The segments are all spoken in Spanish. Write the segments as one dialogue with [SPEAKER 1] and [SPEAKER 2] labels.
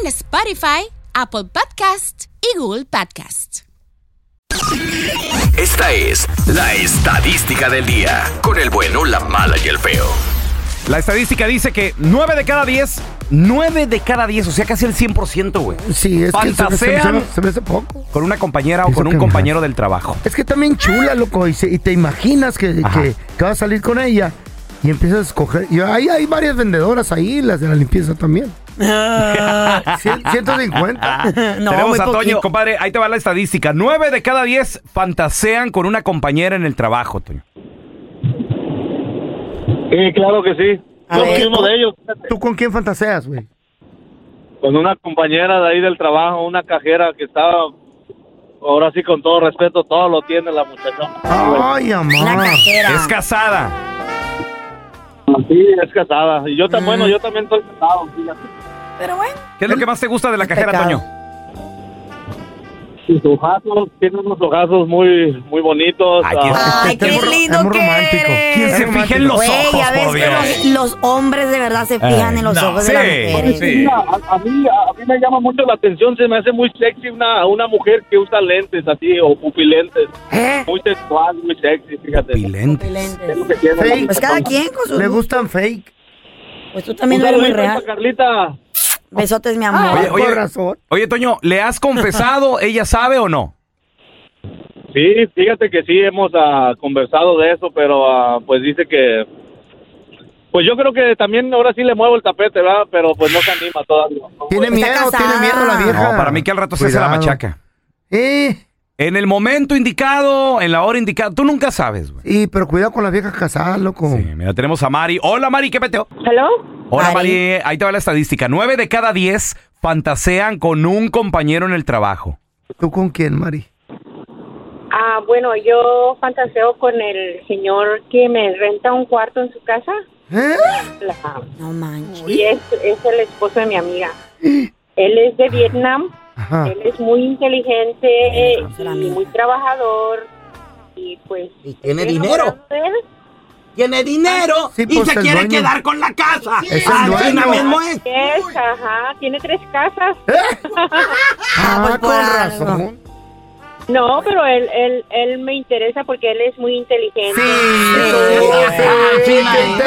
[SPEAKER 1] en Spotify, Apple Podcast y Google Podcast.
[SPEAKER 2] Esta es la estadística del día. Con el bueno, la mala y el feo.
[SPEAKER 3] La estadística dice que 9 de cada 10, 9 de cada 10, o sea, casi el 100%, güey.
[SPEAKER 4] Sí, es que se me- se me- se me-
[SPEAKER 3] Fantasean
[SPEAKER 4] se me hace poco.
[SPEAKER 3] con una compañera o
[SPEAKER 4] Pienso
[SPEAKER 3] con un
[SPEAKER 4] que-
[SPEAKER 3] compañero del trabajo.
[SPEAKER 4] Es que también chula, loco, y, se- y te imaginas que,
[SPEAKER 3] Ajá.
[SPEAKER 4] que, que vas a salir con ella y empiezas a escoger. Y ahí hay varias vendedoras ahí, las de la limpieza también. Cien- 150.
[SPEAKER 5] No,
[SPEAKER 3] Tenemos
[SPEAKER 5] muy
[SPEAKER 3] a Toño,
[SPEAKER 5] poquito.
[SPEAKER 3] compadre, ahí te va la estadística. 9 de cada 10 fantasean con una compañera en el trabajo, Toño.
[SPEAKER 6] Sí, claro que sí.
[SPEAKER 4] A
[SPEAKER 6] Yo
[SPEAKER 4] ver,
[SPEAKER 6] fui uno
[SPEAKER 4] ¿cómo?
[SPEAKER 6] de ellos, fíjate,
[SPEAKER 4] ¿Tú con quién fantaseas, güey?
[SPEAKER 6] con una compañera de ahí del trabajo, una cajera que estaba, ahora sí con todo respeto, todo lo tiene la muchacha.
[SPEAKER 4] Ay,
[SPEAKER 5] La
[SPEAKER 4] amor.
[SPEAKER 5] cajera.
[SPEAKER 3] Ah, Es casada.
[SPEAKER 6] Sí, es casada. Y yo tan
[SPEAKER 5] Mm.
[SPEAKER 6] bueno, yo también estoy casado, fíjate.
[SPEAKER 5] Pero bueno.
[SPEAKER 3] ¿Qué es lo que más te gusta de la cajera,
[SPEAKER 5] pecado.
[SPEAKER 3] Toño?
[SPEAKER 6] Sus ojazos, tiene unos ojazos muy, muy bonitos.
[SPEAKER 3] Aquí está.
[SPEAKER 4] Ah,
[SPEAKER 5] Ay,
[SPEAKER 4] este
[SPEAKER 5] qué
[SPEAKER 4] es muy-
[SPEAKER 5] lindo
[SPEAKER 4] es muy
[SPEAKER 5] que
[SPEAKER 4] romántico.
[SPEAKER 5] eres.
[SPEAKER 3] Quien se fija en los
[SPEAKER 5] Eh, Güey,
[SPEAKER 3] ojos,
[SPEAKER 5] ya ves
[SPEAKER 3] por Dios.
[SPEAKER 5] que los, los hombres de verdad se fijan
[SPEAKER 3] Ay,
[SPEAKER 5] en los
[SPEAKER 3] no,
[SPEAKER 5] ojos de las
[SPEAKER 3] sí,
[SPEAKER 5] mujeres.
[SPEAKER 3] sí.
[SPEAKER 6] Mira, a, a mí, a mí me llama mucho la atención, se me hace muy sexy una, una mujer que usa lentes así o pupilentes.
[SPEAKER 5] ¿Eh?
[SPEAKER 6] Muy sensual, muy sexy, fíjate.
[SPEAKER 3] Pupilente.
[SPEAKER 6] Es lo
[SPEAKER 5] Opulentes.
[SPEAKER 6] que tiene la
[SPEAKER 4] Sí.
[SPEAKER 5] Pues
[SPEAKER 6] muchacha.
[SPEAKER 5] cada quien con su...
[SPEAKER 4] Le gustan fake.
[SPEAKER 5] Pues tú
[SPEAKER 6] Un
[SPEAKER 5] también no eres muy
[SPEAKER 6] saludito
[SPEAKER 5] real.
[SPEAKER 6] para Carlita.
[SPEAKER 5] Besotes, mi amor.
[SPEAKER 3] Oye, oye.
[SPEAKER 4] Con razón.
[SPEAKER 3] Oye, Toño, ¿le has confesado? ¿Ella sabe o no?
[SPEAKER 6] Sí, fíjate que sí hemos ah, conversado de eso, pero ah, pues dice que pues yo creo que también ahora sí le muevo el tapete, ¿verdad? Pero pues no se anima todavía.
[SPEAKER 4] Tiene
[SPEAKER 5] Está
[SPEAKER 4] miedo, tiene
[SPEAKER 5] casada.
[SPEAKER 4] miedo la vieja.
[SPEAKER 3] No, para mí que al rato se hace la
[SPEAKER 4] Cuidado.
[SPEAKER 3] machaca.
[SPEAKER 4] Eh,
[SPEAKER 3] En el momento indicado, en la hora indicada. Tú nunca sabes, güey.
[SPEAKER 4] y, pero cuidado con las viejas casadas, loco.
[SPEAKER 3] Sí, mira, tenemos a Mari. Hola, Mari, ¿qué peteo?
[SPEAKER 7] ¿Hello?
[SPEAKER 3] Hola,
[SPEAKER 5] Mari.
[SPEAKER 3] Mari. Ahí te va la estadística. Nueve de cada diez fantasean con un compañero en el trabajo.
[SPEAKER 4] ¿Tú con quién, Mari?
[SPEAKER 7] Ah, bueno, yo fantaseo con el señor que me renta un cuarto en su casa.
[SPEAKER 4] ¿Eh?
[SPEAKER 7] La-
[SPEAKER 5] No manches.
[SPEAKER 7] y es, es el esposo de mi amiga. Él es de Vietnam,
[SPEAKER 4] Ajá.
[SPEAKER 7] él es muy inteligente eh,
[SPEAKER 5] Vietnam, será
[SPEAKER 7] y
[SPEAKER 5] amiga.
[SPEAKER 7] muy trabajador. Y pues...
[SPEAKER 8] Y tiene
[SPEAKER 7] estoy
[SPEAKER 8] dinero.
[SPEAKER 7] enamorada de él.
[SPEAKER 8] Tiene dinero
[SPEAKER 4] Sí,
[SPEAKER 8] y
[SPEAKER 4] pues,
[SPEAKER 8] se
[SPEAKER 4] el
[SPEAKER 8] quiere
[SPEAKER 4] dueño.
[SPEAKER 8] quedar con la casa. Ah,
[SPEAKER 4] Es el
[SPEAKER 8] Así
[SPEAKER 4] dueño.
[SPEAKER 8] mismo es.
[SPEAKER 7] Es, ajá, tiene tres casas.
[SPEAKER 5] Ah,
[SPEAKER 4] Ah,
[SPEAKER 5] pues, por
[SPEAKER 4] con
[SPEAKER 5] algo.
[SPEAKER 4] razón.
[SPEAKER 7] No, pero él, él, él me interesa porque él es muy inteligente.
[SPEAKER 4] Sí,
[SPEAKER 8] Sí,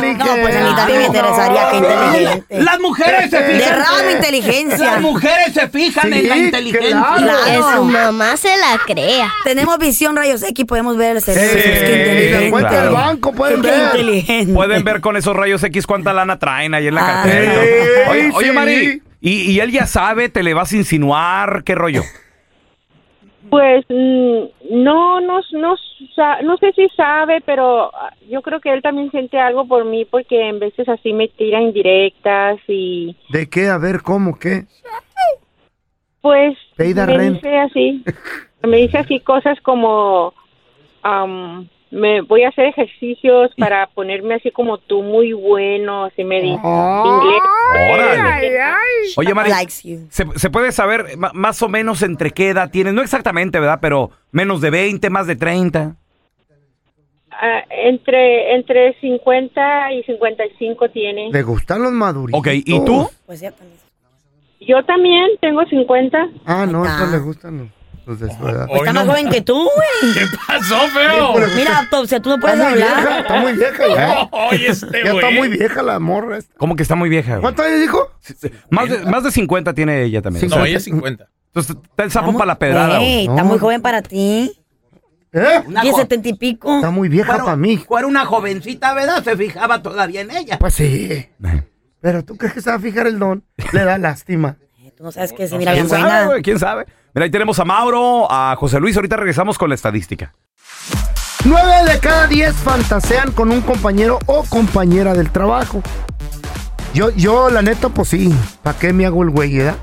[SPEAKER 4] qué
[SPEAKER 5] No, pues a mí también me
[SPEAKER 4] inteligente.
[SPEAKER 5] interesaría que
[SPEAKER 4] Eh,
[SPEAKER 5] inteligente.
[SPEAKER 8] Las mujeres se fijan.
[SPEAKER 5] Derrama
[SPEAKER 8] Las
[SPEAKER 5] inteligencia.
[SPEAKER 8] mujeres se fijan en la
[SPEAKER 4] Sí,
[SPEAKER 8] inteligencia.
[SPEAKER 4] claro.
[SPEAKER 5] Claro.
[SPEAKER 9] Que su mamá se la crea.
[SPEAKER 5] Tenemos visión rayos X, podemos ver el cerebro.
[SPEAKER 4] Sí,
[SPEAKER 5] Es que
[SPEAKER 4] y la
[SPEAKER 5] inteligente.
[SPEAKER 4] cuenta del
[SPEAKER 3] claro.
[SPEAKER 4] banco pueden
[SPEAKER 5] Qué
[SPEAKER 4] ver.
[SPEAKER 5] inteligente.
[SPEAKER 3] Pueden ver con esos rayos X cuánta lana traen ahí en la
[SPEAKER 5] Ah.
[SPEAKER 3] cartera. y todo.
[SPEAKER 4] Sí,
[SPEAKER 3] Oye, oye,
[SPEAKER 4] sí.
[SPEAKER 3] Mari, y, y él ya sabe, te le vas a insinuar, ¿qué rollo?
[SPEAKER 7] Pues mm, no, no, no, sa- no sé si sabe, pero ah, yo creo que él también siente algo por mí porque en veces así me tira indirectas y
[SPEAKER 4] ¿De qué? A ver, ¿cómo? ¿Qué?
[SPEAKER 7] pues
[SPEAKER 4] Peida
[SPEAKER 7] me
[SPEAKER 4] Ren.
[SPEAKER 7] dice así, me dice así cosas como am, me voy a hacer ejercicios para ponerme así como tú muy bueno, así me dice inglés.
[SPEAKER 3] Órale. Oye, Mari,
[SPEAKER 5] Likes you.
[SPEAKER 3] ¿se, se puede saber ma- más o menos entre qué edad tienes? No exactamente, ¿verdad? Pero menos de 20, más de 30.
[SPEAKER 7] Ah, entre entre 50 y 55 tiene.
[SPEAKER 4] Le gustan los maduritos.
[SPEAKER 3] Ok, ¿y tú?
[SPEAKER 5] Pues ya también.
[SPEAKER 7] Yo también tengo 50.
[SPEAKER 4] Ah, no,
[SPEAKER 5] Ahí está.
[SPEAKER 4] estos le gustan. los- Entonces,
[SPEAKER 10] Oh,
[SPEAKER 4] ¿verdad?
[SPEAKER 5] Pues está más joven que tú, güey. ¿Qué
[SPEAKER 10] pasó, feo?
[SPEAKER 5] Mira, Autopsia, tú no puedes
[SPEAKER 4] está pues, muy
[SPEAKER 5] hablar.
[SPEAKER 4] vieja, está muy vieja ya.
[SPEAKER 10] Oye, este
[SPEAKER 4] ya está
[SPEAKER 10] güey.
[SPEAKER 4] muy vieja la morra. esta.
[SPEAKER 3] ¿Cómo que está muy vieja? güey?
[SPEAKER 4] ¿Cuántos años dijo?
[SPEAKER 3] Más de, más de 50 tiene ella también.
[SPEAKER 10] No, ella es 50.
[SPEAKER 3] Entonces está el sapo para la pedrada. güey.
[SPEAKER 5] Güey, está muy joven para ti.
[SPEAKER 4] ¿Eh?
[SPEAKER 8] Una
[SPEAKER 5] Tiene
[SPEAKER 8] jo-
[SPEAKER 5] setenta y pico.
[SPEAKER 4] Está muy vieja
[SPEAKER 8] Bueno,
[SPEAKER 4] para mí.
[SPEAKER 8] Cuando era una jovencita, ¿verdad? Se fijaba todavía en ella.
[SPEAKER 4] Pues sí. Pero tú crees que se va a fijar el don. Le da lástima.
[SPEAKER 5] Tú no sabes qué se mira bien
[SPEAKER 3] ¿Quién sabe,
[SPEAKER 5] buena.
[SPEAKER 3] güey? ¿Quién sabe? Mira, ahí tenemos a Mauro, a José Luis. Ahorita regresamos con la estadística.
[SPEAKER 4] Nueve de cada diez fantasean con un compañero o compañera del trabajo. Yo, yo la neta, pues sí. ¿Para qué me hago el güey, ¿verdad?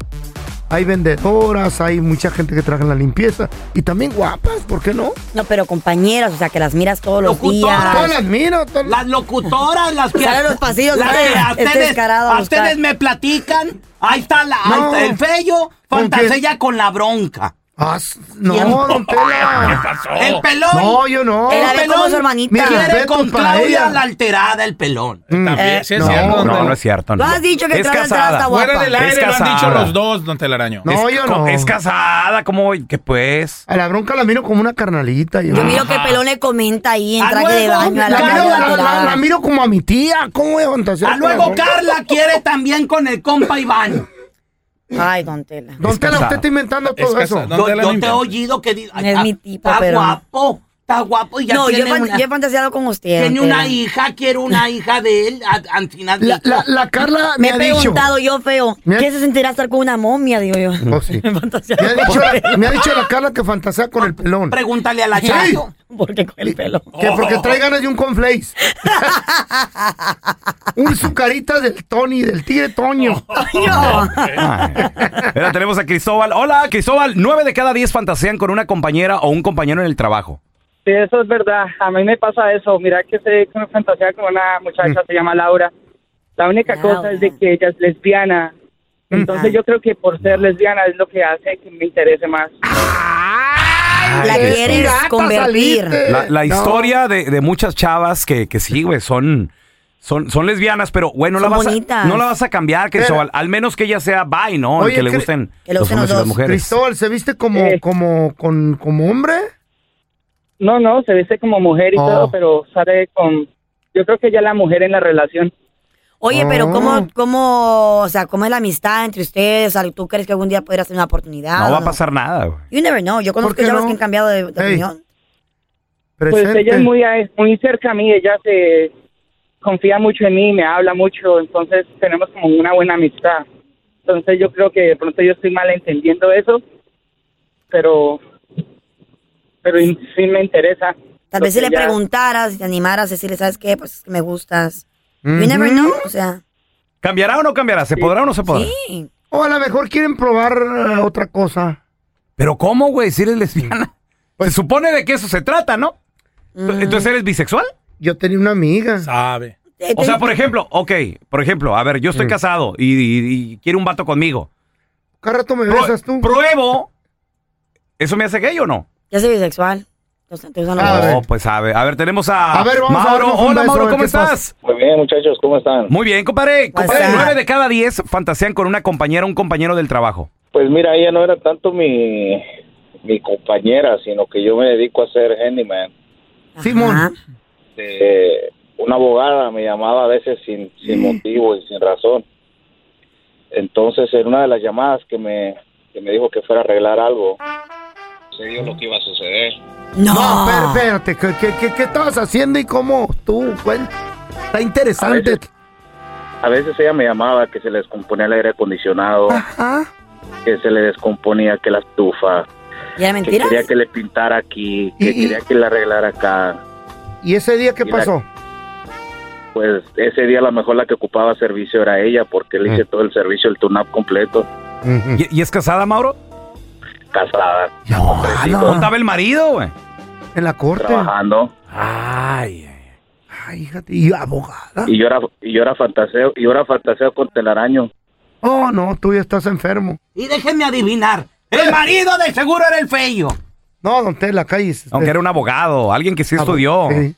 [SPEAKER 4] Hay vendedoras, hay mucha gente que trabaja en la limpieza. Y también guapas, ¿por qué no?
[SPEAKER 5] No, pero compañeras, o sea, que las miras todos los
[SPEAKER 8] Locutoras.
[SPEAKER 4] Todas
[SPEAKER 5] días.
[SPEAKER 4] las miro. todas las-
[SPEAKER 8] Las locutoras, las que.
[SPEAKER 5] Sale a los pasillos,
[SPEAKER 8] las
[SPEAKER 5] este-
[SPEAKER 8] que a
[SPEAKER 5] este
[SPEAKER 8] ustedes,
[SPEAKER 5] descarado a
[SPEAKER 8] a ustedes
[SPEAKER 5] buscar.
[SPEAKER 8] me platican. Ahí está, la, ahí
[SPEAKER 4] No.
[SPEAKER 8] está el fello,
[SPEAKER 4] ¿Con qué?
[SPEAKER 8] fantasella con la bronca.
[SPEAKER 4] Ah, s- no, don
[SPEAKER 10] ¿Qué
[SPEAKER 4] Tela.
[SPEAKER 10] pasó?
[SPEAKER 8] El pelón.
[SPEAKER 4] No, yo no.
[SPEAKER 5] Te la ve como su
[SPEAKER 4] Mira,
[SPEAKER 5] hermanita.
[SPEAKER 8] Quiere
[SPEAKER 4] respeto
[SPEAKER 8] con
[SPEAKER 4] para
[SPEAKER 8] Claudia
[SPEAKER 4] ella. Mm.
[SPEAKER 8] la alterada, el pelón.
[SPEAKER 10] También, sí es
[SPEAKER 4] no,
[SPEAKER 10] cierto. don
[SPEAKER 3] No,
[SPEAKER 10] Tela.
[SPEAKER 3] no es cierto.
[SPEAKER 5] Lo
[SPEAKER 3] no.
[SPEAKER 5] has dicho que
[SPEAKER 3] es
[SPEAKER 5] trae
[SPEAKER 3] casada.
[SPEAKER 5] hasta guapa.
[SPEAKER 10] Fuera del
[SPEAKER 3] Es
[SPEAKER 10] aire lo han dicho
[SPEAKER 3] casada.
[SPEAKER 10] los dos, don Telaraño.
[SPEAKER 4] No.
[SPEAKER 3] es,
[SPEAKER 4] yo
[SPEAKER 3] co-
[SPEAKER 4] no.
[SPEAKER 3] Es casada, ¿cómo? ¿Qué pues?
[SPEAKER 4] A la bronca la miro como una carnalita.
[SPEAKER 5] Yo miro que Pelón le comenta ahí en
[SPEAKER 8] A
[SPEAKER 5] traje de
[SPEAKER 8] luego,
[SPEAKER 5] baño a la
[SPEAKER 4] la,
[SPEAKER 8] Claro,
[SPEAKER 4] miro,
[SPEAKER 5] cara
[SPEAKER 4] Ah, la- la- la
[SPEAKER 5] tirada.
[SPEAKER 4] miro como a mi tía. ¿Cómo voy a fantasear?
[SPEAKER 8] A
[SPEAKER 4] con
[SPEAKER 8] Ah, luego
[SPEAKER 4] la bronca?
[SPEAKER 8] Carla quiere también con el compa Iván.
[SPEAKER 5] Ay, don Tela.
[SPEAKER 4] Don
[SPEAKER 3] Es
[SPEAKER 4] Tela,
[SPEAKER 3] casada.
[SPEAKER 4] usted está inventando
[SPEAKER 10] Es
[SPEAKER 4] todo eso.
[SPEAKER 10] casada. No,
[SPEAKER 8] Yo,
[SPEAKER 10] te la
[SPEAKER 8] yo te he
[SPEAKER 10] invento.
[SPEAKER 8] oído que di-
[SPEAKER 5] No es
[SPEAKER 8] ah,
[SPEAKER 5] mi tipo,
[SPEAKER 8] está
[SPEAKER 5] pero-
[SPEAKER 8] guapo, está guapo y ya
[SPEAKER 5] No, yo he
[SPEAKER 8] tiene
[SPEAKER 5] fan-
[SPEAKER 8] una,
[SPEAKER 5] yo he fantaseado con usted.
[SPEAKER 8] tiene
[SPEAKER 5] don
[SPEAKER 8] una
[SPEAKER 5] Tela.
[SPEAKER 8] hija, quiere una hija de él, a- Antina
[SPEAKER 4] La,
[SPEAKER 8] dijo.
[SPEAKER 4] la- la Carla
[SPEAKER 5] Me
[SPEAKER 4] me,
[SPEAKER 5] he
[SPEAKER 4] ha dicho.
[SPEAKER 5] preguntado yo, feo,
[SPEAKER 4] Me ha-
[SPEAKER 5] ¿qué se sentirá estar con una momia? Digo yo.
[SPEAKER 4] Oh, sí.
[SPEAKER 5] Me fantasea
[SPEAKER 4] Me ha
[SPEAKER 5] con-
[SPEAKER 4] dicho, me ha dicho la Carla que fantasea con el pelón.
[SPEAKER 8] Pregúntale a la Chayo.
[SPEAKER 5] Porque con el pelo.
[SPEAKER 4] Que porque trae ganas de un conflace. un sucarita del Tony, del tigre Toño. Ah,
[SPEAKER 3] Ay. Mira, tenemos a Cristóbal. Hola, Cristóbal. Nueve de cada diez fantasean con una compañera o un compañero en el trabajo.
[SPEAKER 11] Sí, eso es verdad. A mí me pasa eso. Mira que se me fantasea con una muchacha, se llama Laura. La única
[SPEAKER 5] Laura.
[SPEAKER 11] cosa es de que ella es lesbiana. Entonces yo creo que por ser lesbiana es lo que hace que me interese más.
[SPEAKER 5] La
[SPEAKER 4] Qué
[SPEAKER 5] quieres
[SPEAKER 4] pirata
[SPEAKER 5] convertir.
[SPEAKER 4] saliste.
[SPEAKER 3] La, la
[SPEAKER 4] No.
[SPEAKER 3] historia de, de muchas chavas que, que sí, güey, son, son, son lesbianas, pero güey, no, la
[SPEAKER 5] Son
[SPEAKER 3] vas a,
[SPEAKER 5] bonitas.
[SPEAKER 3] no la vas a cambiar, Cristóbal. Al menos que ella sea bi, ¿no? El
[SPEAKER 4] Oye,
[SPEAKER 3] que le
[SPEAKER 4] Cri-
[SPEAKER 3] gusten
[SPEAKER 5] que le
[SPEAKER 3] los
[SPEAKER 5] gusten los
[SPEAKER 3] hombres y las
[SPEAKER 5] dos.
[SPEAKER 3] mujeres.
[SPEAKER 4] Cristóbal, ¿se viste como,
[SPEAKER 11] Eh.
[SPEAKER 4] como, con, como hombre?
[SPEAKER 11] No, no, se viste como mujer y
[SPEAKER 4] Oh.
[SPEAKER 11] todo, pero sale con... Yo creo que ya la mujer en la relación.
[SPEAKER 5] Oye, pero
[SPEAKER 4] Oh.
[SPEAKER 5] ¿cómo, cómo, o sea, cómo es la amistad entre ustedes? O sea, ¿Tú crees que algún día podrás tener una oportunidad?
[SPEAKER 3] No
[SPEAKER 5] o
[SPEAKER 3] va a pasar nada, güey.
[SPEAKER 5] You never know. Yo
[SPEAKER 4] ¿Por
[SPEAKER 5] conozco
[SPEAKER 4] qué
[SPEAKER 5] chavas
[SPEAKER 4] no?
[SPEAKER 5] que han cambiado de, de
[SPEAKER 4] Ey.
[SPEAKER 5] opinión.
[SPEAKER 11] Pues
[SPEAKER 4] Presente.
[SPEAKER 11] ella es muy, a- muy cerca a mí, ella se confía mucho en mí, me habla mucho, entonces tenemos como una buena amistad. Entonces yo creo que de pronto yo estoy mal entendiendo eso, pero pero in- sí me interesa.
[SPEAKER 5] Tal
[SPEAKER 11] lo
[SPEAKER 5] vez si
[SPEAKER 11] que
[SPEAKER 5] le
[SPEAKER 11] ya-
[SPEAKER 5] preguntaras, si te animaras, decirle, ¿sabes qué? Pues es que me gustas.
[SPEAKER 4] Ujú.
[SPEAKER 5] You never know. O sea,
[SPEAKER 3] ¿Cambiará o no cambiará? ¿Se podrá o no se podrá?
[SPEAKER 5] sí.
[SPEAKER 4] O a lo mejor quieren probar eh, otra cosa.
[SPEAKER 3] ¿Pero cómo, güey, si eres lesbiana?
[SPEAKER 4] Pues
[SPEAKER 3] Se supone de que eso se trata, ¿no?
[SPEAKER 5] Mm.
[SPEAKER 3] Entonces, ¿eres bisexual?
[SPEAKER 4] Yo tenía una amiga.
[SPEAKER 10] Sabe.
[SPEAKER 3] O sea, por ejemplo, ok, por ejemplo, a ver, yo
[SPEAKER 4] Mm.
[SPEAKER 3] estoy casado y, y- y quiere un vato conmigo.
[SPEAKER 4] Cada rato me
[SPEAKER 3] Pro-
[SPEAKER 4] besas tú.
[SPEAKER 3] Pruebo. ¿Eso me hace gay o no?
[SPEAKER 5] Ya soy bisexual. Te usan- te usan los
[SPEAKER 4] A
[SPEAKER 3] No,
[SPEAKER 5] dos.
[SPEAKER 4] ver.
[SPEAKER 3] pues a ver. A ver, tenemos a,
[SPEAKER 4] A ver, vamos a
[SPEAKER 3] Mauro.
[SPEAKER 4] darnos un beso,
[SPEAKER 3] Hola,
[SPEAKER 4] a
[SPEAKER 3] Mauro,
[SPEAKER 4] ver
[SPEAKER 3] ¿cómo
[SPEAKER 4] qué pasa.
[SPEAKER 3] estás?
[SPEAKER 6] Muy bien, muchachos, ¿cómo están?
[SPEAKER 3] Muy bien, compadre. Compadre,
[SPEAKER 5] What's up?
[SPEAKER 3] nueve de cada diez fantasean con una compañera o un compañero del trabajo.
[SPEAKER 6] Pues mira, ella no era tanto mi, mi compañera, sino que yo me dedico a ser handyman.
[SPEAKER 5] Ajá.
[SPEAKER 4] Simón.
[SPEAKER 6] Eh, una abogada me llamaba a veces sin, sin motivo y sin razón. Entonces, en una de las llamadas que me, que me dijo que fuera a arreglar algo, se dio lo que iba a suceder.
[SPEAKER 3] Ah.
[SPEAKER 4] No, espera,
[SPEAKER 5] No.
[SPEAKER 4] espérate, ¿qué, qué, qué, qué estabas haciendo y cómo tú? Bueno, está interesante.
[SPEAKER 6] A veces ella me llamaba que se le descomponía el aire acondicionado,
[SPEAKER 4] Ajá.
[SPEAKER 6] que se le descomponía que la estufa,
[SPEAKER 5] ¿Y era
[SPEAKER 6] que
[SPEAKER 5] mentira?
[SPEAKER 6] quería que le pintara aquí, que
[SPEAKER 4] Y- y-
[SPEAKER 6] quería que le arreglara acá.
[SPEAKER 4] ¿Y ese día qué
[SPEAKER 6] Y la-
[SPEAKER 4] pasó?
[SPEAKER 6] Pues ese día a lo mejor la que ocupaba servicio era ella, porque le hice todo el servicio, el turn-up completo,
[SPEAKER 4] Ujú.
[SPEAKER 3] ¿Y, y es casada, Mauro?
[SPEAKER 6] casada,
[SPEAKER 4] Ah, No,
[SPEAKER 3] ¿Dónde
[SPEAKER 4] ala,
[SPEAKER 3] estaba el marido, güey?
[SPEAKER 4] en la corte.
[SPEAKER 6] trabajando.
[SPEAKER 3] Ay,
[SPEAKER 4] Ay, híjate, y abogada.
[SPEAKER 6] Y yo era, y yo era fantaseo, y yo era fantaseo con telaraño.
[SPEAKER 4] Oh, no, tú ya estás enfermo.
[SPEAKER 8] Y déjenme adivinar. El marido de seguro era el fello.
[SPEAKER 4] No, don Tela, calles.
[SPEAKER 3] aunque era un abogado, alguien que sí estudió.
[SPEAKER 4] Eh. Sí.